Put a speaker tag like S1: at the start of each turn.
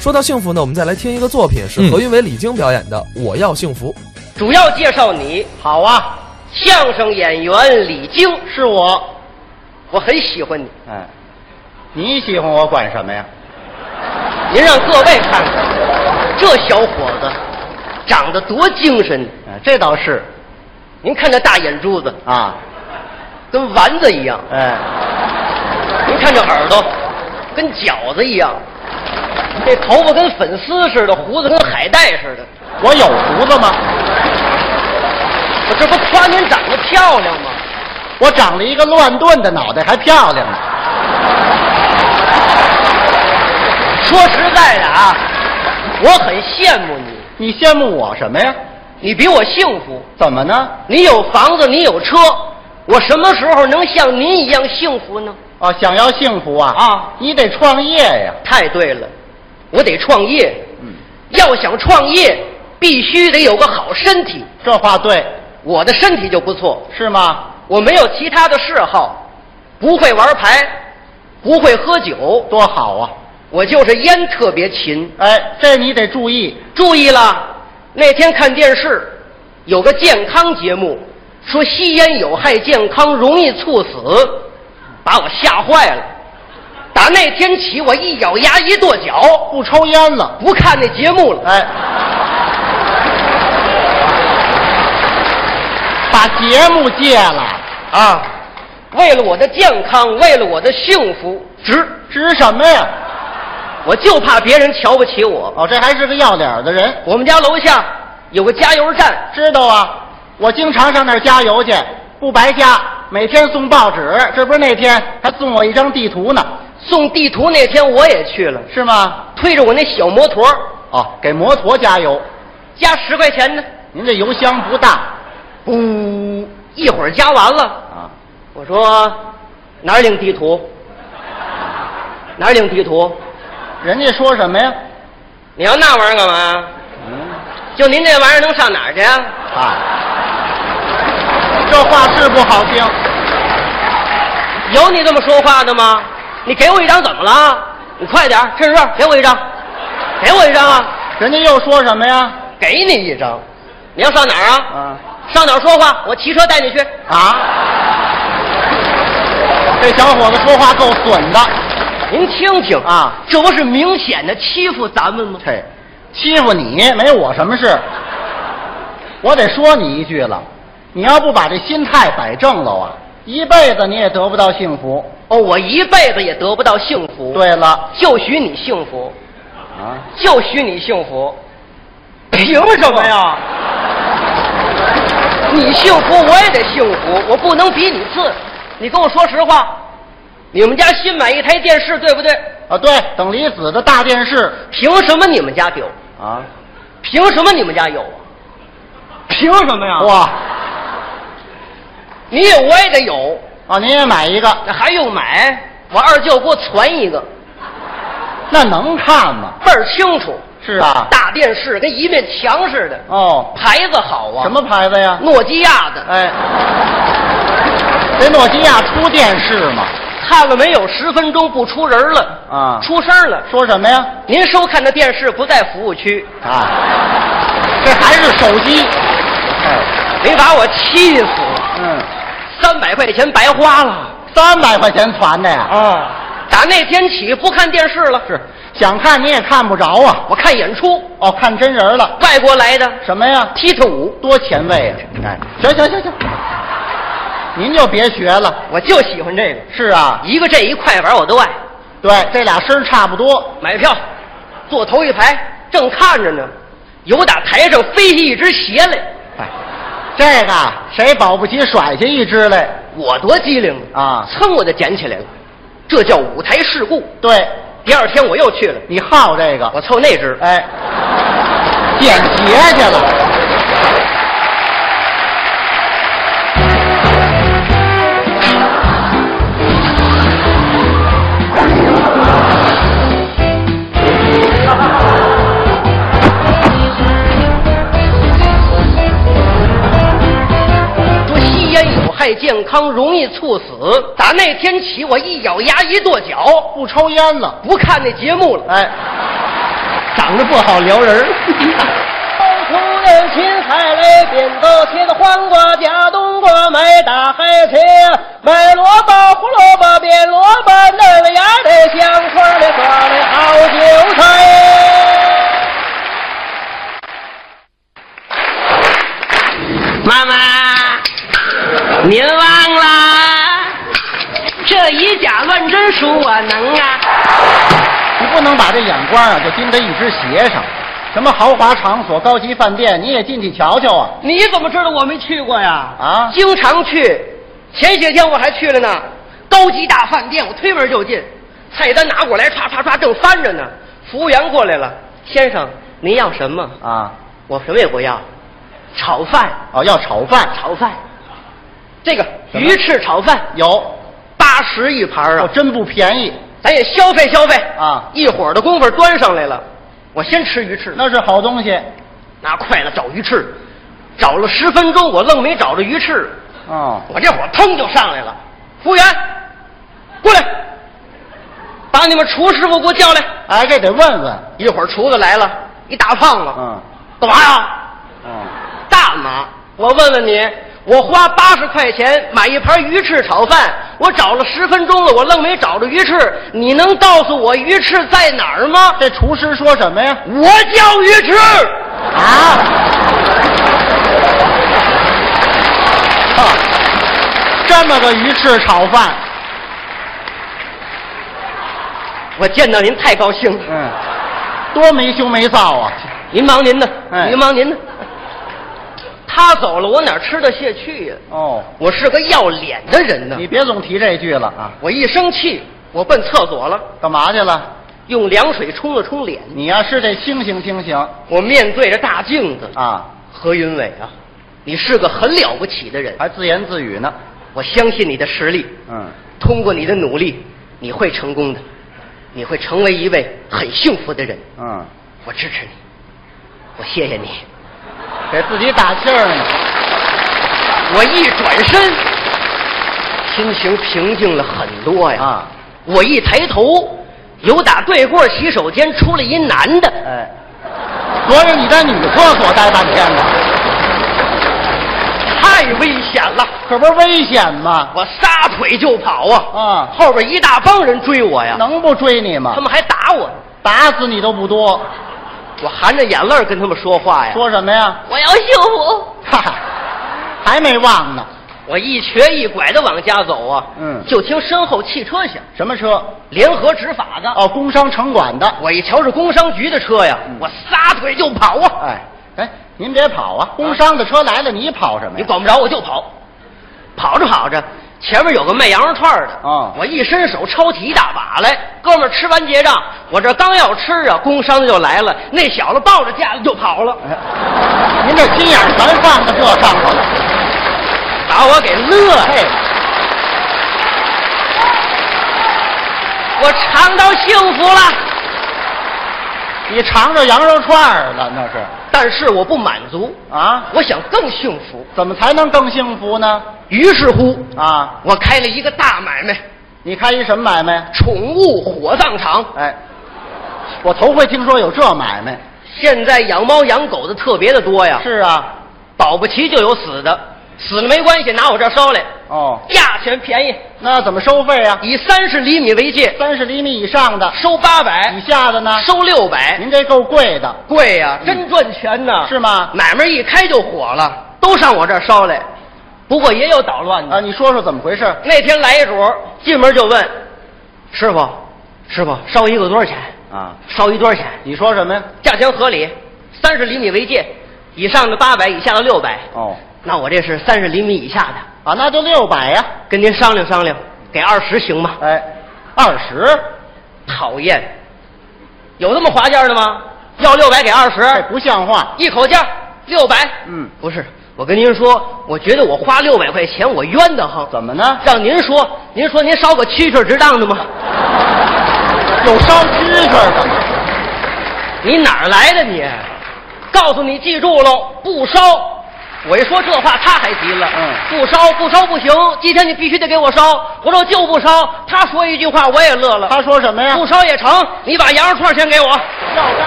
S1: 说到幸福呢，我们再来听一个作品，是
S2: 嗯
S1: 何云伟、李菁表演的《我要幸福》。
S3: 主要介绍你。好啊，相声演员李菁是我，我很喜欢你。
S4: 嗯，你喜欢我管什么呀？
S3: 您让各位看看，这小伙子长得多精神。
S4: 嗯，这倒是
S3: 您看这大眼珠子，
S4: 啊，
S3: 跟丸子一样；
S4: 哎，
S3: 您看这耳朵，跟饺子一样；这头发跟粉丝似的，胡子跟海带似的。
S4: 我有胡子吗？
S3: 我这不夸您长得漂亮吗？
S4: 我长了一个乱炖的脑袋，还漂亮呢。
S3: 说实在的啊，我很羡慕你，
S4: 你羡慕我什么呀？
S3: 你比我幸福。
S4: 怎么呢？
S3: 你有房子，你有车，我什么时候能像您一样幸福呢？
S4: 啊，想要幸福啊
S3: 啊
S4: 你得创业呀。
S3: 太对了，我得创业。
S4: 嗯，
S3: 要想创业，必须得有个好身体。
S4: 这话对，
S3: 我的身体就不错，
S4: 是吗？
S3: 我没有其他的嗜好，不会玩牌，不会喝酒，
S4: 多好啊！
S3: 我就是烟特别勤。
S4: 哎，这你得注意。
S3: 注意了，那天看电视，有个健康节目，说吸烟有害健康，容易猝死，把我吓坏了。打那天起，我一咬牙一跺脚，
S4: 不抽烟了。
S3: 不看那节目了，
S4: 哎， 把节目戒了，
S3: 啊！为了我的健康，为了我的幸福，
S4: 值值什么呀？
S3: 我就怕别人瞧不起我。
S4: 哦，这还是个要脸的人，
S3: 我们家楼下有个加油站，
S4: 知道啊？我经常上那儿加油去，不白加，每天送报纸，这不是那天还送我一张地图呢，
S3: 送地图那天我也去了，
S4: 是吗？
S3: 推着我那小摩托，
S4: 哦，给摩托加油，
S3: 加十块钱呢，
S4: 您这油箱不大
S3: 呜，一会儿加完了。
S4: 啊？
S3: 我说哪儿领地图？哪儿领地图？
S4: 人家说什么呀？
S3: 你要那玩意儿干嘛？
S4: 嗯
S3: 就您这玩意儿能上哪儿去啊？
S4: 啊，这话是不好听，
S3: 有你这么说话的吗？你给我一张怎么了？你快点儿，趁热给我一张，给我一张啊！
S4: 人家又说什么呀？
S3: 给你一张，你要上哪儿啊？
S4: 啊。
S3: 上哪儿说话？我骑车带你去。
S4: 啊！这小伙子说话够损的，
S3: 您听听
S4: 啊，
S3: 这不是明显的欺负咱们吗？
S4: 嘿，欺负你没我什么事。我得说你一句了，你要不把这心态摆正了啊，一辈子你也得不到幸福。
S3: 哦，我一辈子也得不到幸福。，
S4: 对了，
S3: 就许你幸福。
S4: 啊，
S3: 就许你幸福。凭什么呀？你幸福，我也得幸福，我不能比你次。你跟我说实话，你们家新买一台电视，对不对？
S4: 啊，对，等离子的大电视
S3: 凭什么你们家有？
S4: 啊，
S3: 凭什么你们家有啊？凭什么呀哇，
S4: 哇，
S3: 你有我也得有，
S4: 啊，您也买一个，
S3: 那还用买？我二舅给我传一个，
S4: 那能看吗？
S3: 倍儿清楚，
S4: 是啊，
S3: 大电视跟一面墙似的，
S4: 哦，
S3: 牌子好啊。
S4: 什么？牌子呀？
S3: 诺基亚的。
S4: 哎，这诺基亚出电视吗？
S3: 看了没有？十分钟不出人了
S4: 啊
S3: 出声了。
S4: 说什么呀？
S3: 您收看的电视不在服务区，
S4: 啊，这还是手机。
S3: 没把我气死了，
S4: 哎嗯，
S3: 三百块钱白花了
S4: 三百块钱攒的呀。
S3: 啊！打那天起不看电视了，
S4: 是，想看你也看不着啊。
S3: 我看演出，
S4: 哦，看真人了。
S3: 外国来的
S4: 什么呀？
S3: 踢踏舞，
S4: 多前卫啊！哎，行行行行，您就别学了。
S3: 我就喜欢这个，
S4: 是啊，
S3: 一个这一快板我都爱。
S4: 对，这俩声儿差不多。
S3: 买票，坐头一排，正看着呢，有打台上飞下一只鞋来，
S4: 哎，这个啊谁保不齐甩下一只来
S3: 我多机灵啊！
S4: 啊？
S3: 噌我就捡起来了，这叫舞台事故。
S4: 对，
S3: 第二天我又去了，
S4: 你好这
S3: 我
S4: 个，
S3: 凑那只，
S4: 哎，捡鞋去了。
S3: 说吸烟有害健康，容易猝死。打那天起，我一咬牙一跺脚，
S4: 哦不抽烟了。
S3: 不看那节目了。
S4: 哎，长得不好撩人儿。
S2: 湖南芹菜嘞，扁豆、茄子、黄瓜、假冬瓜，买大海茄，买萝卜、胡萝卜、扁萝卜，嫩了芽的香椿的瓜的好韭菜
S3: 妈妈，您忘啦？这以假乱真属我能啊！
S4: 你不能把这眼光啊就盯在一只鞋上。什么豪华场所、高级饭店，你也进去瞧瞧啊！
S2: 你怎么知道我没去过呀？
S4: 啊，
S3: 经常去，前些天我还去了呢。高级大饭店，我推门就进，菜单拿过来，唰唰唰，正翻着呢。服务员过来了，先生，您要什么？
S4: 啊，
S3: 我什么也不要，炒饭，
S4: 哦，要炒饭，
S3: 炒饭，这个
S4: 什么
S3: 鱼翅炒饭
S4: 有，
S3: 八十一盘儿
S4: 哦
S3: 啊，，
S4: 真不便宜，
S3: 咱也消费消费
S4: 啊
S3: 一会儿的功夫端上来了，我先吃鱼翅，
S4: 那是好东西。
S3: 拿筷子找鱼翅，找了十分钟，我愣没找着鱼翅。
S4: 哦，
S3: 我这火腾就上来了，服务员，过来，把你们厨师傅给我叫来。
S4: 哎，这得问问。
S3: 一会儿厨子来了，一大胖子，
S4: 嗯，
S3: 干嘛呀？
S4: 哦，
S3: 大妈，我问问你，我花八十块钱买一盘鱼翅炒饭，我找了十分钟了，我愣没找着鱼翅，你能告诉我鱼翅在哪儿吗？
S4: 这厨师说什么呀？
S3: 我叫鱼翅，
S4: 啊！这么个鱼翅炒饭，
S3: 我见到您太高兴了，
S4: 嗯，多没羞没臊啊！
S3: 您忙您的，
S4: 哎
S3: 您忙您的。他走了，我哪吃得下去呀、
S4: 哦，
S3: 我是个要脸的人呢
S4: 你。别总提这句了啊！
S3: 我一生气，我奔厕所了，
S4: 干嘛去了？
S3: 用凉水冲了冲脸。
S4: 你呀、是得清醒清醒
S3: 我面对着大镜子，
S4: 啊！
S3: 何云伟啊，你是个很了不起的人，
S4: 还自言自语呢。
S3: 我相信你的实力。
S4: 嗯，
S3: 通过你的努力，你会成功的，你会成为一位很幸福的人。
S4: 嗯，
S3: 我支持你，我谢谢你。
S4: 给自己打气儿呢。
S3: 我一转身，心情平静了很多呀。
S4: 啊，
S3: 我一抬头，由打对过洗手间出来一男的。
S4: 哎，合着你在女厕所待半天呢，
S3: 太危险了！
S4: 可不是危险吗？
S3: 我撒腿就跑啊！
S4: 啊，
S3: 后边一大帮人追我呀，
S4: 能不追你吗
S3: 他？们还打我，
S4: 打死你都不多。
S3: 我含着眼泪儿跟他们说话呀。
S4: 说什么呀？
S3: 我要幸福！
S4: 哈哈， 还没忘呢。
S3: 我一瘸一拐的往家走啊，
S4: 嗯
S3: 就听身后汽车响，
S4: 什么车？
S3: 联合执法的。
S4: 哦，工商城管的。嗯
S3: 我一瞧是工商局的车呀，我撒腿就跑啊！
S4: 哎哎，您别跑啊！工商的车来了，你跑什么
S3: 你
S4: 呀？
S3: 管不着我就跑，跑着跑着，前面有个卖羊肉串儿的，
S4: 哦
S3: 我一伸手抄起一大把来，哥们儿吃完结账，我这刚要吃啊，工商的就来了，那小子抱着架子就跑了，
S4: 哎您这心眼儿全放到这上头了。
S3: 把我给乐
S4: 嘿
S3: 的，，我尝到幸福了，
S4: 你尝着羊肉串儿了那是？
S3: 但是我不满足，
S4: 啊？
S3: 我想更幸福，
S4: 怎么才能更幸福呢？
S3: 于是乎，
S4: 啊？
S3: 我开了一个大买卖，
S4: 你开一什么买卖？
S3: 宠物火葬场，
S4: 哎，我头回听说有这买卖。
S3: 现在养猫养狗的特别的多呀，
S4: 是啊，
S3: 保不齐就有死的，死了没关系，拿我这儿烧来，
S4: 哦，
S3: 价钱便宜，
S4: 那怎么收费啊？
S3: 以三十厘米为界，
S4: 三十厘米以上的，
S3: 收八百
S4: 以，下的呢？
S3: 收六百，
S4: 您这够贵的，
S3: 贵呀、真赚钱呐！
S4: 是吗？
S3: 买卖一开就火了，都上我这儿烧来。不过也有捣乱
S4: 啊，
S3: 的。
S4: 你说说怎么回事？
S3: 那天来一主儿，进门就问：“师傅，师傅，烧一个多少钱？
S4: 啊，
S3: 烧一多少钱？
S4: 你说什么呀？
S3: 价钱合理，三十厘米为界，以上的八百，以下的六百。
S4: 哦，
S3: 那我这是三十厘米以下的，
S4: 啊，那就六百呀。
S3: 跟您商量商量，给二十行吗？”
S4: 哎，二十，
S3: 讨厌，有这么划价的吗？要六百给二
S4: 这
S3: 十，
S4: 不像话。
S3: 一口价六百。
S4: 嗯
S3: 不是，我跟您说，我觉得我花六百块钱我冤得慌。
S4: 怎么呢？
S3: 让您说，您说您烧个蛐蛐儿值当的吗？
S4: 有烧蛐蛐的吗？
S3: 你哪儿来的你？告诉你，记住喽，不烧。我一说这话，他还急了。
S4: 嗯
S3: 不烧，不烧不行，今天你必须得给我烧。我说就不烧。他说一句话，我也乐了。
S4: 他说什么呀？
S3: 不烧也成，你把羊肉串儿先给我。
S4: 要账。